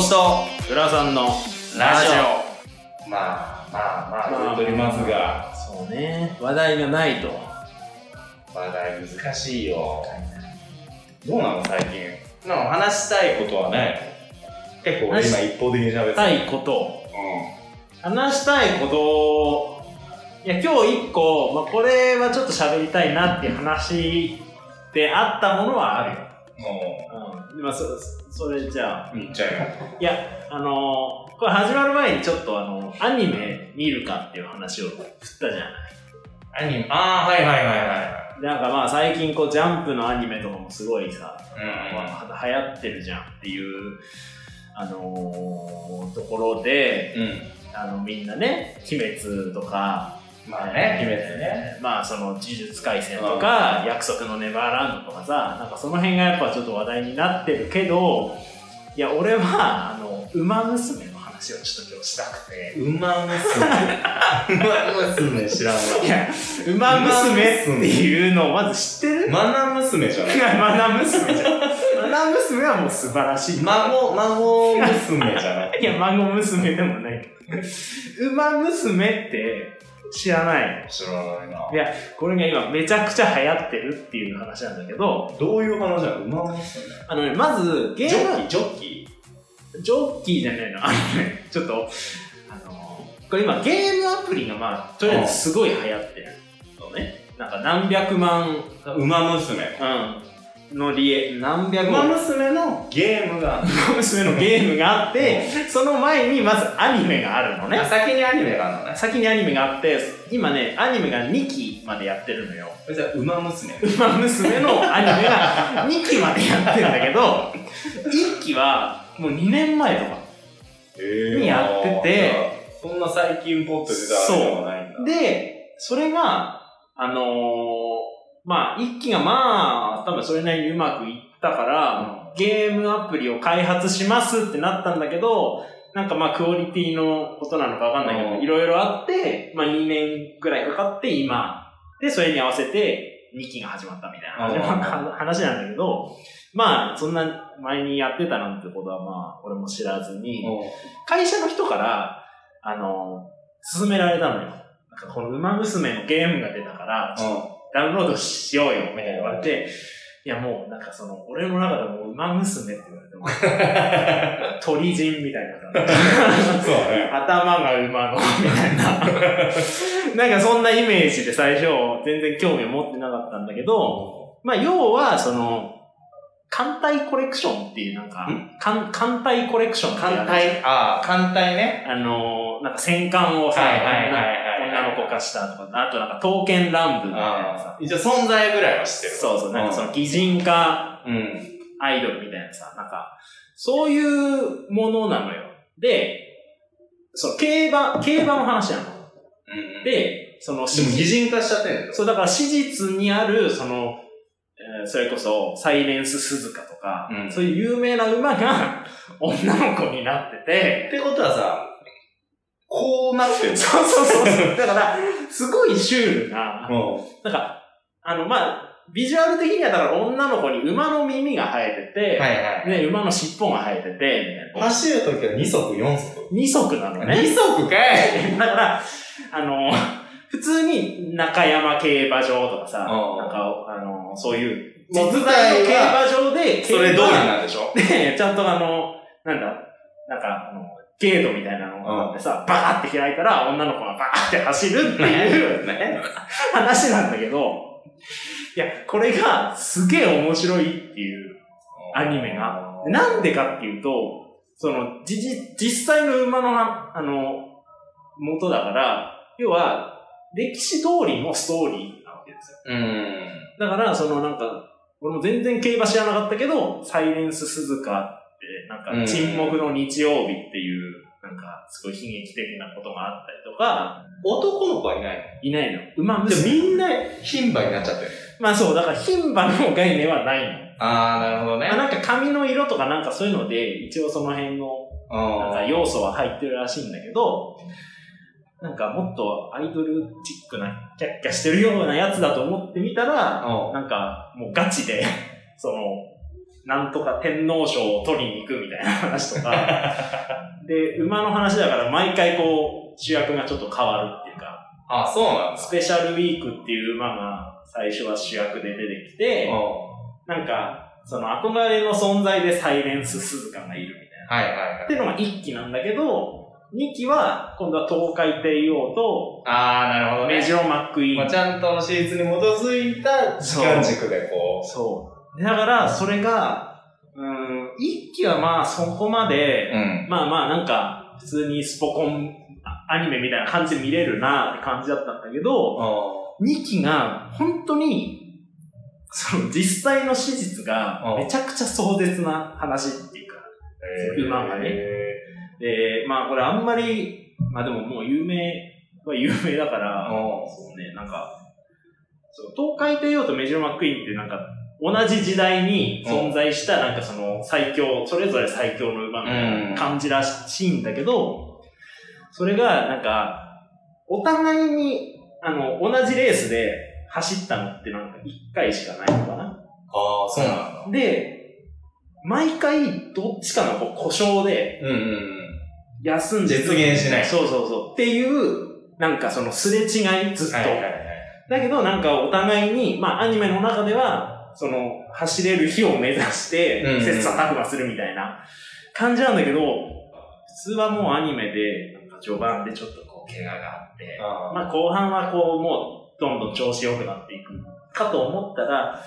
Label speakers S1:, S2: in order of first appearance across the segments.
S1: ちと
S2: 浦さんの
S1: ラジ
S2: オまあまあまあ言っておりますが
S1: そうね話題がないと
S2: 話題難しいよどうなの最近なんか話したいことはね結構俺今一方的に喋って
S1: した
S2: る
S1: いこと話したいこといや今日一個、まあ、これはちょっと喋りたいなっていう話であったものはあるよ
S2: うんも
S1: うん、まあ、そそれじゃあ
S2: ういっちゃうよ
S1: いやあのーこれ始まる前にちょっとあのアニメ見るかっていう話を振ったじゃない
S2: アニメああはいはいはい
S1: なんかまあ最近こうジャンプのアニメとかもすごいさ、
S2: は
S1: まあ流行ってるじゃんっていう、あのーところで、
S2: いうんうん
S1: あのみんなね、鬼滅とか、
S2: まあね鬼滅ね
S1: えーまあその呪術廻戦とか、約束のネバーランドとかさ、なんかその辺がやっぱちょっと話題になってるけど、いや、俺は、あの、馬娘の話をちょっと今日したくて、
S2: うま娘うま娘知らん わ
S1: いや、馬娘っていうのをまず知ってる
S2: マナ娘じゃない い
S1: や、 マナ娘じゃん。マナ娘はもう素晴らしい。
S2: 孫孫娘じゃない
S1: いや、孫娘でもない。馬娘って知らない。
S2: 知らないない
S1: や、これが今めちゃくちゃ流行ってるっていう話なんだけど、
S2: どういう話なの馬娘
S1: あのね、まず、ゲ
S2: ジョ
S1: ーム、
S2: ッキージョッキ
S1: ジョッキーじゃないの。あのね、ちょっと、あの、これ今ゲームアプリがまあ、とりあえずすごい流行ってるのね。なんか何百万、
S2: ー馬娘
S1: うん、の利益、何百
S2: 馬
S1: 万。
S2: 娘のゲームが
S1: 馬 娘のゲームがあって、その前にまずアニメがあるのね。
S2: 先にアニメがあるのね
S1: 先にアニメがあって今ねアニメが2期までやってるのよ
S2: じゃあ馬娘
S1: 「ウマ娘」のアニメ が2期までやってるんだけど1期はもう2年前とかにやってて
S2: そんな最近ポッと出たアニメはないんだ
S1: でそれがあのーまあ1期がまあ多分それなりにうまくいったからゲームアプリを開発しますってなったんだけどなんかまあクオリティのことなのかわかんないけ
S2: う
S1: ど
S2: ん
S1: いろいろあって、まあ、2年ぐらいかかって今で、それに合わせて2期が始まったみたいな
S2: うん
S1: は話なんだけど、まあ、そんな前にやってたなんてことはまあ、俺も知らずに、会社の人から、あの、勧められたのよ。なんかこの馬娘のゲームが出たから、ダウンロードしようよ、みたいな言われて、いやもうなんかその、俺の中でもう馬娘って言われ ても、鳥人みたいな感じ。
S2: そうだね
S1: 頭が馬の、みた いな。なんかそんなイメージで最初、全然興味を持ってなかったんだけど、まあ要は、その、艦隊コレクションっていう、なんか
S2: ん、
S1: 艦艦隊コレクションっていう
S2: 艦隊ああ艦隊ね
S1: あの、なんか戦艦をさ、
S2: はいはいはいはい
S1: 女の女の子化したとか、あとなんか刀剣乱舞みたいなさ、
S2: 一応存在ぐらいは知ってる
S1: そうそう、なんかその擬人化
S2: うん
S1: アイドルみたいなさ、なんか、そういうものなのよ。で、そう、競馬、競馬の話なの。
S2: で
S1: で、その、
S2: でも擬
S1: 史
S2: 人化しちゃってるんだよ
S1: そう、だから史実にある、その、えーそれこそ、サイレンス鈴鹿とか、
S2: うん
S1: そういう有名な馬が 女の子になってて、
S2: ってことはさこうなってるんだ
S1: そうそうそう そう。だから、すごいシュールな、なんか、あの、まあ、ビジュアル的にはだから女の子に馬の耳が生えてて、
S2: はいはい
S1: ね、馬の尻尾が生えてて、みたいな。
S2: 走るときは2足4足
S1: 二足なのね。
S2: 二足かい
S1: だから、あの、普通に中山競馬場とかさ、
S2: うん
S1: なんか、あの、そういう、実
S2: もう
S1: 在の
S2: 舞台
S1: 競
S2: は
S1: 馬場で、
S2: それ通りなんでしょ
S1: 競馬で、ちゃんとあの、なんだ、なんか、あの、ゲートみたいなのがあってさ、バーって開いたら女の子がバーって走るっていう
S2: ね。
S1: 話なんだけど、いや、これがすげえ面白いっていうアニメが。でなんでかっていうと、その、じじ、実際の馬のな、あの、元だから、要は、歴史通りのストーリーなわけですよ。
S2: うん。
S1: だから、そのなんか、俺も全然競馬知らなかったけど、サイレンス鈴鹿って、なん
S2: う
S1: か、
S2: ん
S1: 沈黙の日曜日っていう、なんか、すごい悲劇的なことがあったりとか、
S2: 男の子はいない
S1: いないの。馬
S2: のじゃあ
S1: 娘。
S2: みんな牝馬になっちゃってる。
S1: まあそう、だから、牝馬の概念はないの。
S2: あー、なるほど
S1: まあなんか髪の色とかなんかそういうので、一応その辺のなんか要素は入ってるらしいんだけど、なんかもっとアイドルチックな、キャッキャしてるようなやつだと思ってみたら、
S2: う ん。
S1: なんかもうガチで、その、なんとか天皇賞を取りに行くみたいな話とか、で、馬の話だから毎回こう、主役がちょっと変わるっていうか、
S2: あ、そうなんだ。
S1: スペシャルウィークっていう馬が最初は主役で出てきて、
S2: は
S1: なんか、その憧れの存在でサイレンス鈴鹿がいるみたいな。
S2: いはい
S1: っ
S2: は
S1: てい
S2: い。
S1: うのが1期なんだけど、2期は今度は東海帝王と
S2: あー、なるほど
S1: メ
S2: ね
S1: ジ。ロマックイー
S2: まあ、
S1: ン。
S2: ちゃんとの史実に基づいた時間軸でこ
S1: そう。だから、それが、うん、1期はまあそこま
S2: う。
S1: で、
S2: ん。
S1: まあまあなんか、普通にスポコンあアニメみたいな感じで見れるなって感じだったんだけど、2期が本当に、その実際の史実が
S2: うん
S1: めちゃくちゃ壮絶な話っていうか、馬がね
S2: え
S1: で、まあこれあんまり、まあでももう有名は有名だから、そうね、なんか、そう東海帝王とメジロマックイーンってなんか、同じ時代に存在した、なんかその最強、それぞれ最強の馬みたいな感じらしいんだけど、それがなんか、お互いに、あの、同じレースで走ったのってなんか1回しかないのかな。
S2: ああ、そうなんだ。
S1: で、毎回どっちかのこう故障で、
S2: うんうんうん。
S1: 休んで
S2: 実現しない
S1: そうそうそう。っていう、なんかそのすれ違い、ずっと。
S2: はいはいはい。
S1: だけどなんかお互いに、まあアニメの中では、その、走れる日を目指して
S2: うんう、ん
S1: 切磋琢磨するみたいな感じなんだけど、普通はもうアニメで、なんか序盤でちょっとこう、怪我があって、
S2: あ
S1: まあ後半はこう、もう、どんどん調子良くなっていくかと思ったら、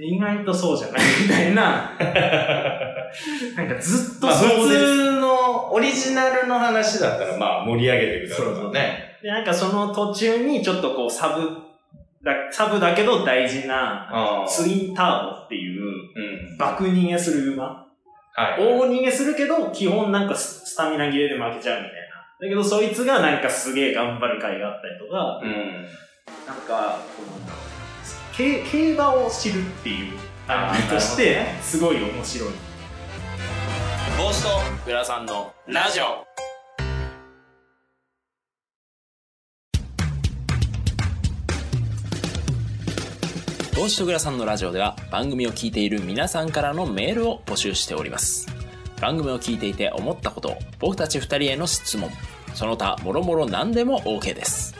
S1: 意外とそうじゃないみたい な、なんかずっと
S2: まあ、
S1: そう
S2: 普
S1: で
S2: 通のオリジナルの話だったら、まあ、盛り上げてください
S1: そう
S2: ね。
S1: で、なんかその途中にちょっとこうサブだ、サブだけど大事な、
S2: ああ。
S1: ツインターボっていう、
S2: うん。
S1: 爆逃げする馬。
S2: はい。
S1: 大逃げするけど、基本なんかススタミナ切れで負けちゃうみたいな。だけどそいつがなんかすげえ頑張る甲斐があったりとか、
S2: うん。
S1: なんか、この、競競馬を知るっていうアニメとして、すごい面白い。帽子とグラさんのラジオ
S3: 帽子とグラさんのラジオでは番組を聞いている皆さんからのメールを募集しております番組を聞いていて思ったことを僕たち2人への質問その他もろもろ何でも OK です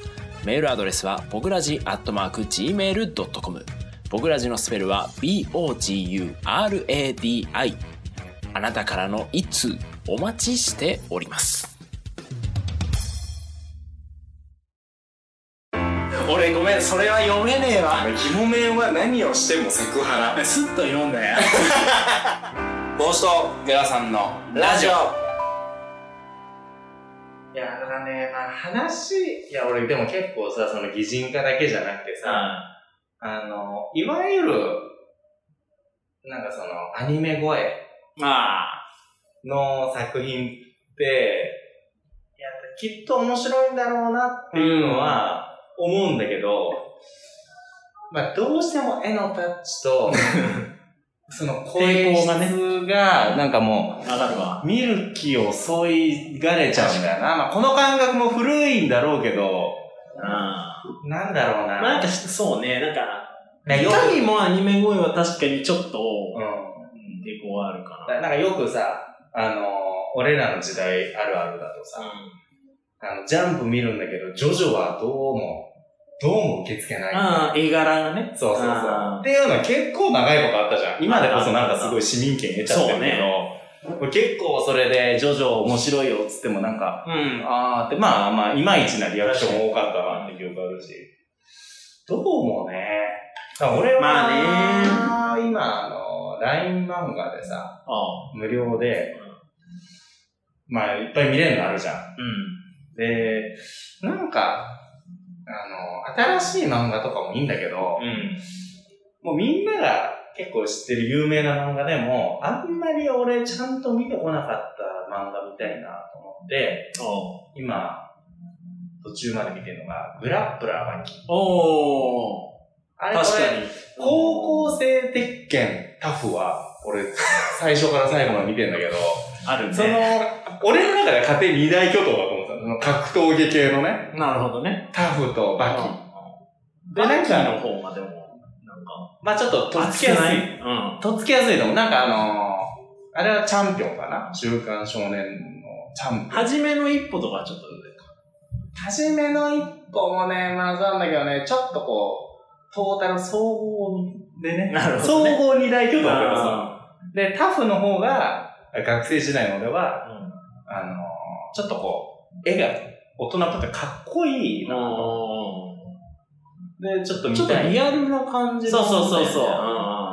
S3: メールアドレスは僕らじ gmail.com 僕らじのスペルは BOGURADI あなたからのいつお待ちしております俺ごめんそれは読めねえわ
S2: ひもめは何をしてもセクハラ。
S3: スッと読んだよ
S2: 帽子とグラさんのラジオいや、だからね、まあ話、いや、俺でも結構さ、その擬人化だけじゃなくてさ、あの、いわゆる、なんかその、アニメ声
S1: まあ、
S2: の作品って、いや、きっと面白いんだろうなっていうのは思うんだけど、まあ、どうしても絵のタッ チと、その声
S1: 抵
S2: 質
S1: 抗がね
S2: が、なんかも
S1: わかるわ。
S2: う、見る気を削いがれちゃうんだよな。まあ、この感覚も古いんだろうけど、
S1: うん
S2: なんだろうな。
S1: まあなんかしそうね、なんか、
S2: ね
S1: い
S2: よく
S1: かにもアニメ声は確かにちょっと、
S2: うん
S1: うん抵抗はあるか
S2: だからなんかよくさ、あのー俺らの時代あるあるだとさ
S1: な。、
S2: あの、ジャンプ見るんだけど、ジョジョはどうも、どうも受け付けない。
S1: ああ、絵柄がね。
S2: そうそうそう
S1: あー。
S2: っていうのは結構長いことあったじゃん。今でこそなんかすごい市民権得ちゃってるけど、これ結構それで、ジョジョ面白いよっつってもなんか、
S1: うん。
S2: あーって、まあまあ、いまいちなリアクションも多かったなって記憶あるし。どうもね。だから俺は、
S1: ま
S2: あね、今、あの、LINE 漫画でさ、
S1: あ
S2: 無料で、まあ、いっぱい見れるのあるじゃん。
S1: うん。
S2: で、なんか、あの、新しい漫画とかもいいんだけど、
S1: うん。
S2: もうみんなが結構知ってる有名な漫画でも、あんまり俺ちゃんと見てこなかった漫画みたいなと思って、
S1: おう
S2: 今、途中まで見てるのが、グラップラーバキ。
S1: おー
S2: あれ
S1: 確か
S2: 俺
S1: に。
S2: 高校生鉄拳タフは、俺、最初から最後まで見てんだけど、
S1: あるね。
S2: その、俺の中で勝手に二大巨頭だと思ってたのその格闘技系のね、
S1: なるほどね。
S2: タフとバキ。
S1: うんで、
S2: で
S1: な
S2: なんん
S1: か
S2: か
S1: の方までも。なんか、
S2: まあちょっと、とっつきやす
S1: 熱
S2: い。
S1: くない
S2: とっつきやすいと思う。なんかあのー、あれはチャンピオンかな週刊少年のチャン
S1: うん。
S2: ピオン。
S1: 初めの一歩とかはちょっと上か。
S2: 初めの一歩もね、まずなんだけどね、ちょっとこう、トータル総合でね、
S1: なるほ
S2: 総
S1: どね
S2: 合二大巨頭だからさ。
S1: あ
S2: で、タフの方が、学生時代の俺は、
S1: ーうん
S2: あのー、ちょっとこう、絵が大人っぽくてかっこいいなと。で、ちょっと見
S1: ちょっと
S2: たい。
S1: リアルな感じの
S2: そうそうそうそう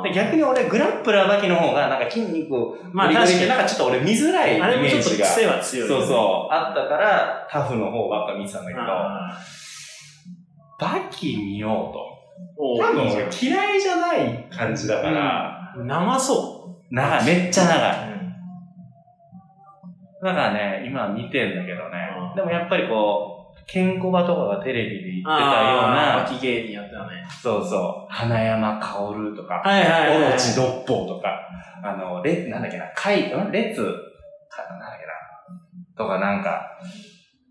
S1: うん
S2: で逆に俺、グラップラーだけの方が、なんか筋肉を、
S1: まあ
S2: ゴリゴリ
S1: 確
S2: で
S1: かに
S2: なんかちょっと俺見づらいイ
S1: あれも
S2: メ
S1: ちょ
S2: ー
S1: っと
S2: ジが。
S1: 癖は強いよ
S2: そ
S1: ね。
S2: うそう。あったから、タフの方ばっか見てたんだけど、
S1: あー
S2: バキ見よう
S1: お
S2: と。多分俺
S1: ー
S2: 嫌いじゃない感じだから、
S1: 長そう。
S2: 長い、めっちゃ長い。
S1: うん
S2: だからね、今見てんだけどね
S1: う。ん
S2: でもやっぱりこう、ケンコバとかがテレビで言ってたよう
S1: あ
S2: な、
S1: ー秋芸人やってたね。
S2: そうそう、花山薫とか、
S1: はいは
S2: オロチドッポーとか、あの、レ、なんだっけな、カイ、んレツかな、なんだっけな、とかなんか、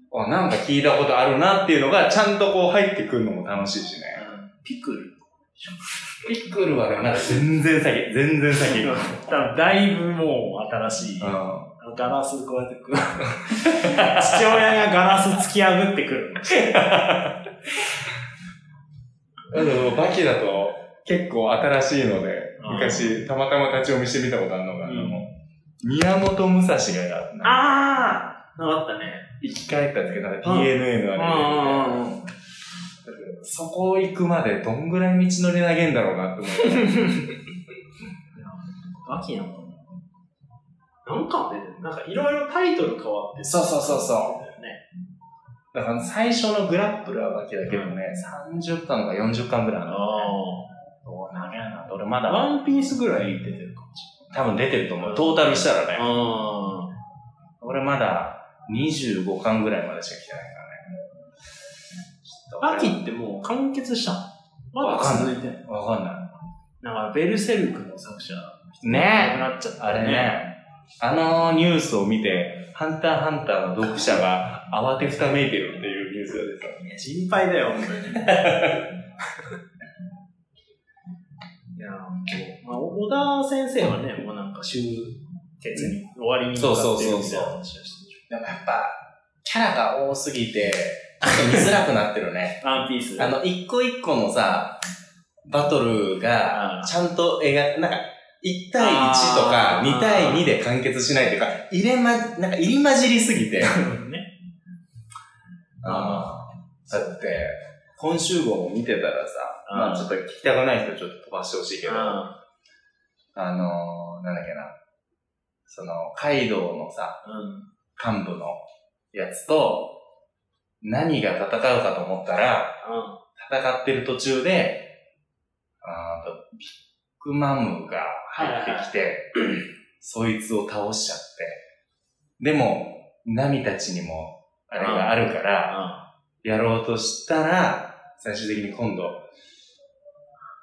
S2: おなんか聞いたことあるなっていうのが、ちゃんとこう入ってくるのも楽しいしね。
S1: ピクル。
S2: ピックルはね、まだ全然先、全然先。うん。
S1: 多分だいぶもう新しい。ガラスこうやってくる。 父親がガラス突き破ってくる。
S2: でも、バキだと、結構新しいので、
S1: うん
S2: 昔、たまたま立ち読みしてみたことあるのが、あ
S1: う
S2: の、宮本武蔵がやっ
S1: あ
S2: た
S1: あなかったね。
S2: 生き返ったんですけど、なんか
S1: うん
S2: DNA のあれで、
S1: うんうんうん。
S2: そこ行くまでどんぐらい道のり投げんだろうなって思って。
S1: バキなのなんかね、なんかいろいろタイトル変わって
S2: そうそうそうそ
S1: ね。
S2: だから最初のグラップルはだけだけどね、30巻か40巻ぐらいあるの。お長いな。俺まだ、
S1: ワンピースぐらい出てるかもし
S2: 多分出てると思う。トータルしたら
S1: れな
S2: ね。
S1: い。あ
S2: 俺まだ25巻ぐらいまでしか来てないからね。
S1: バキってもう完結したのま
S2: わ
S1: だ
S2: かんない
S1: 続いてんの
S2: わかんな
S1: なんかベルセルクの作者、
S2: い。
S1: 亡く
S2: ねえ。
S1: なっちゃった
S2: あれ。ね、あのニュースを見て、ハンターハンターの読者が慌てふためいてるっていうニュースが出てた。
S1: いや心配だよ、本当に。いや、もう、まあ、小田先生はね、もうなんか終結に、終わりに向かってるみたいな話をしてる。
S2: でもやっぱ、キャラが多すぎて、ちょっと見づらくなって るね。
S1: ワンピース。
S2: あの、一個一個のさ、バトルが
S1: あ、ー
S2: ちゃんと描、なんか、1対1とか
S1: あ、ー
S2: 2対2で完結しないというか、入れま、なんか入り混じりすぎて。
S1: ね。
S2: あだって、今週号も見てたらさ、
S1: あー
S2: まあちょっと聞きたくない人はちょっと飛ばしてほしいけど、
S1: あ
S2: あのー、なんだっけな。その、カイドウのさ、
S1: あ、うん。
S2: 幹部のやつと、何が戦うかと思ったら、
S1: う
S2: 戦ってる途中で、あーとビッグマムが入ってきて、そいつを倒しちゃって。でも、ナミたちにも、あれがあるから、やろうとしたら、最終的に今度、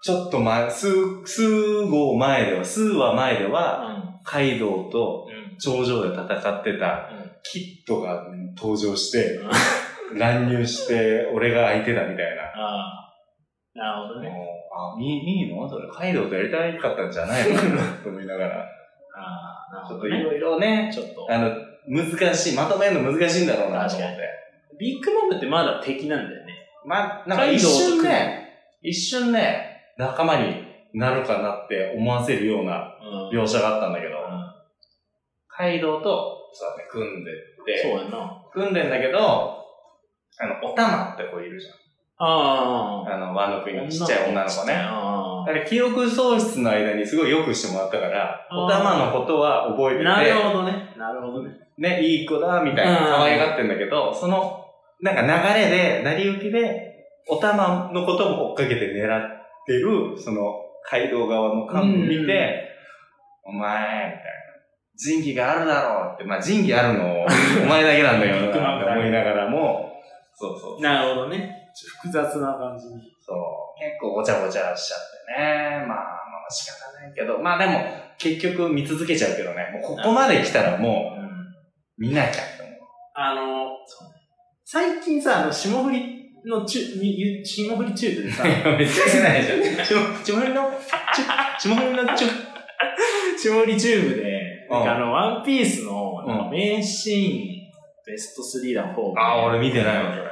S2: ちょっと前、数、数号前では、数話前では、
S1: ん。
S2: カイドウと
S1: うん。
S2: 頂上で戦ってたキッドが登場して、乱入して、俺が相手だみたいな。
S1: ああ。なるほどね。
S2: もうあ、いいいいのそれ、カイドウとやりたかったんじゃないのと思いながら。
S1: ああ、なる
S2: ち
S1: ほ
S2: ょっ
S1: ど
S2: とい
S1: ね。
S2: ろいろね、
S1: ちょっと。
S2: あの、難しい、まとめるの難しいんだろうなと思って。
S1: ビッグマムってまだ敵なんだよね。
S2: まあ、なんか一瞬ね、一瞬ね、仲間になるかなって思わせるような
S1: うん。
S2: 描写があったんだけど、
S1: うん
S2: カイドウと、そうだね、組んでって、
S1: そうやな。
S2: 組んでんだけど、あの、おたまって子いるじ
S1: あ
S2: ゃ
S1: あ。
S2: ん。あの、ワノ国のちっちゃい女の子ね。
S1: あ
S2: だから記憶喪失の間にすごいよくしてもらったから、
S1: あー
S2: おたまのことは覚え
S1: あ。なる
S2: て
S1: ほどね。なるほどね。
S2: て、ね、いい子だ、みたいな
S1: うん
S2: 可愛がってんだけど、その、なんか流れで、成り行きで、おたまのことも追っかけて狙ってる、その、街道側の幹部見て、お前、みたいな。仁義があるだろうって、まあ仁義ある の、お前だけなんだよな、って思いながらも、そうそう。
S1: なるほどね。ちょ複雑な感じに。
S2: そう。結構ごちゃごちゃしちゃってね。まあ、まあ仕方ないけど。まあでも、結局見続けちゃうけどね。もうここまで来たらもう見なきゃって思う。
S1: あの、そうね最近さ、あの、霜降りのチュ、にゆ霜降りチューブで さ、
S2: めっちゃ出ないじゃん。ちょ、ちょもりの、ちょ、ちょもりの、ちょ、
S1: 霜降りチューブで、
S2: うん
S1: なんかあの、ワンピースの、なん
S2: う
S1: か名シーン、ベスト3だ、4。
S2: あー、俺見てないわ、それ。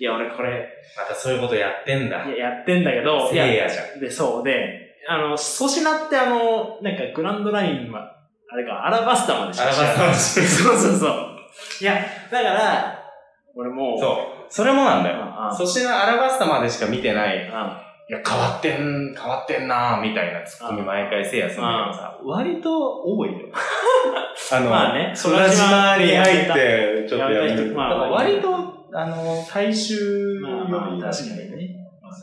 S1: いや、俺これ、
S2: またそういうことやってんだ。
S1: いややってんだけど、
S2: せ
S1: い
S2: い
S1: や、
S2: やじゃん。
S1: で、そうで、あの、粗品ってあの、なんかグランドラインは、あれか、アラバスタまでし
S2: あ
S1: か知らな
S2: ら
S1: い
S2: ばさま し。
S1: そうそうそう。いや、だから、俺もう、う。
S2: そう。それもなんだよ。
S1: ああ
S2: 粗品アラバスタまでしか見てない。
S1: あ
S2: いや、変わってん、変わってんなーみたいなツッコミ毎回せいやするんだけどさ、割と多いよ。あの、
S1: まあね
S2: 空島に入って、ちょっとやめ
S1: やめた
S2: る。だ
S1: ま
S2: か
S1: あ
S2: ら割と、あの、最終
S1: まあまあ
S2: よ
S1: 確かに
S2: り
S1: ね。
S2: そう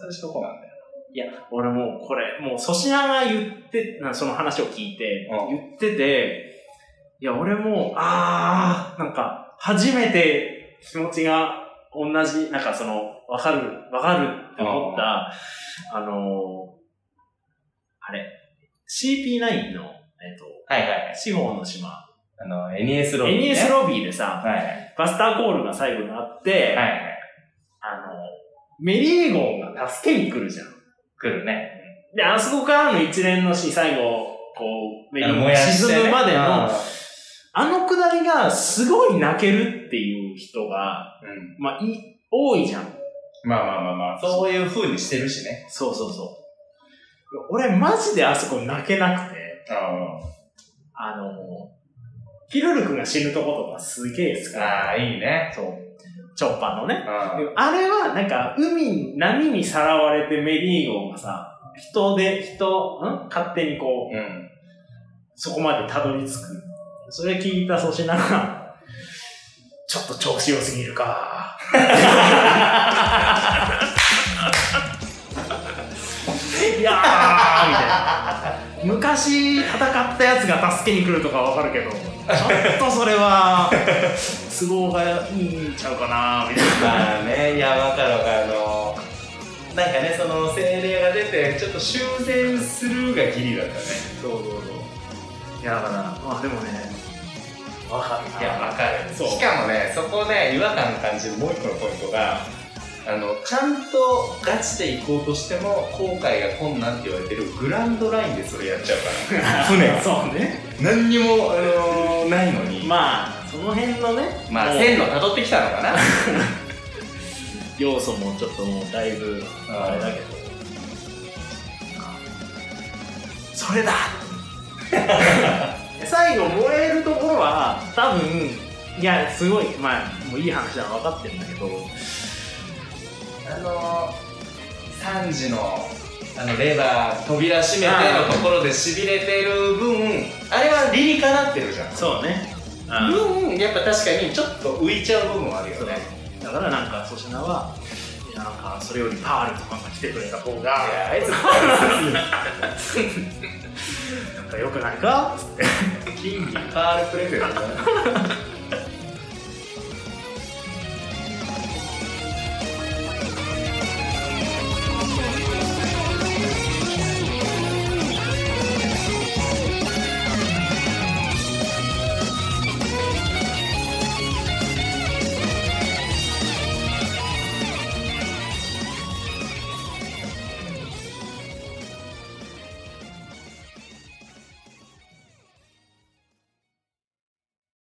S2: いうとこなんだよ。
S1: いや、俺もうこれ、もう粗品が言って、なその話を聞いて、
S2: う
S1: 言ってて、いや、俺もう、あー、なんか、初めて気持ちが同じ、なんかその、わかる、わかるって思った、あのー、あれ、CP9 の、えっと、
S2: はいはい。
S1: 四方の島、
S2: あの、NES ロビー、ね。
S1: NS
S2: ロ
S1: ロビーでさ、
S2: はいはい。
S1: バスターコールが最後にあって、
S2: はいはい。
S1: あの、メリーゴンが助けに来るじゃん。
S2: 来るね。
S1: で、あそこからの一連のシーン、最後、こう、メリーゴン
S2: 燃
S1: が
S2: やしてね
S1: 沈むまでの、
S2: うん
S1: あのくだりがすごい泣けるっていう人が、
S2: うん。
S1: まあ、い、多いじゃん。
S2: まあまあまあまあ、そういう風にしてるしね。
S1: そうそうそう。俺、マジであそこ泣けなくて、
S2: う
S1: あの、ヒルルクが死ぬとことかすげえ好き
S2: ん。
S1: な
S2: ああ、いいね。
S1: そう。チョッパーのね。
S2: うん
S1: でもあれは、なんか、海、波にさらわれてメリーゴンがさ、人で、人、ん勝手にこう、
S2: うん。
S1: そこまでたどり着く。それ聞いた粗品が、ちょっと調子良すぎるか。 いやーみたいな。昔戦ったやつが助けに来るとかわかるけど、ちょっとそれは、都合がいいんちゃうかなみたいな。
S2: まあね、いや、わかるわかる。あの、なんかね、その、精霊が出て、ちょっと修繕するがギリだったね。
S1: そうそうそう。いや、だから、まあでもね、わかる
S2: いや、わかる。
S1: そう
S2: しかもね、そこで違和感感じるもう一個のポイントが、あの、ちゃんとガチで行こうとしても、後悔が困難って言われてるグランドラインでそれやっちゃうから。船は
S1: そうね。
S2: 何にも、あのないのに。ま
S1: まあ、その辺のね、
S2: あ、
S1: もう
S2: 線路辿ってきたのかな。
S1: 要素もちょっともうだいぶあれだけどそれだ 最後燃えるところは多分いやすごいまあもういい話は分かってるんだけど
S2: あのー、3時のあのレバー扉閉めてのところでしびれてる分あれは理にかなってるじゃん
S1: そうねうん
S2: 分やっぱ確かにちょっと浮いちゃう部分はあるよね
S1: だからなんか粗品はいやなんかそれよりパールとかが来てくれた方が
S2: いやあいつ
S1: なんか良くないか
S2: 金銀パールプレゼントだな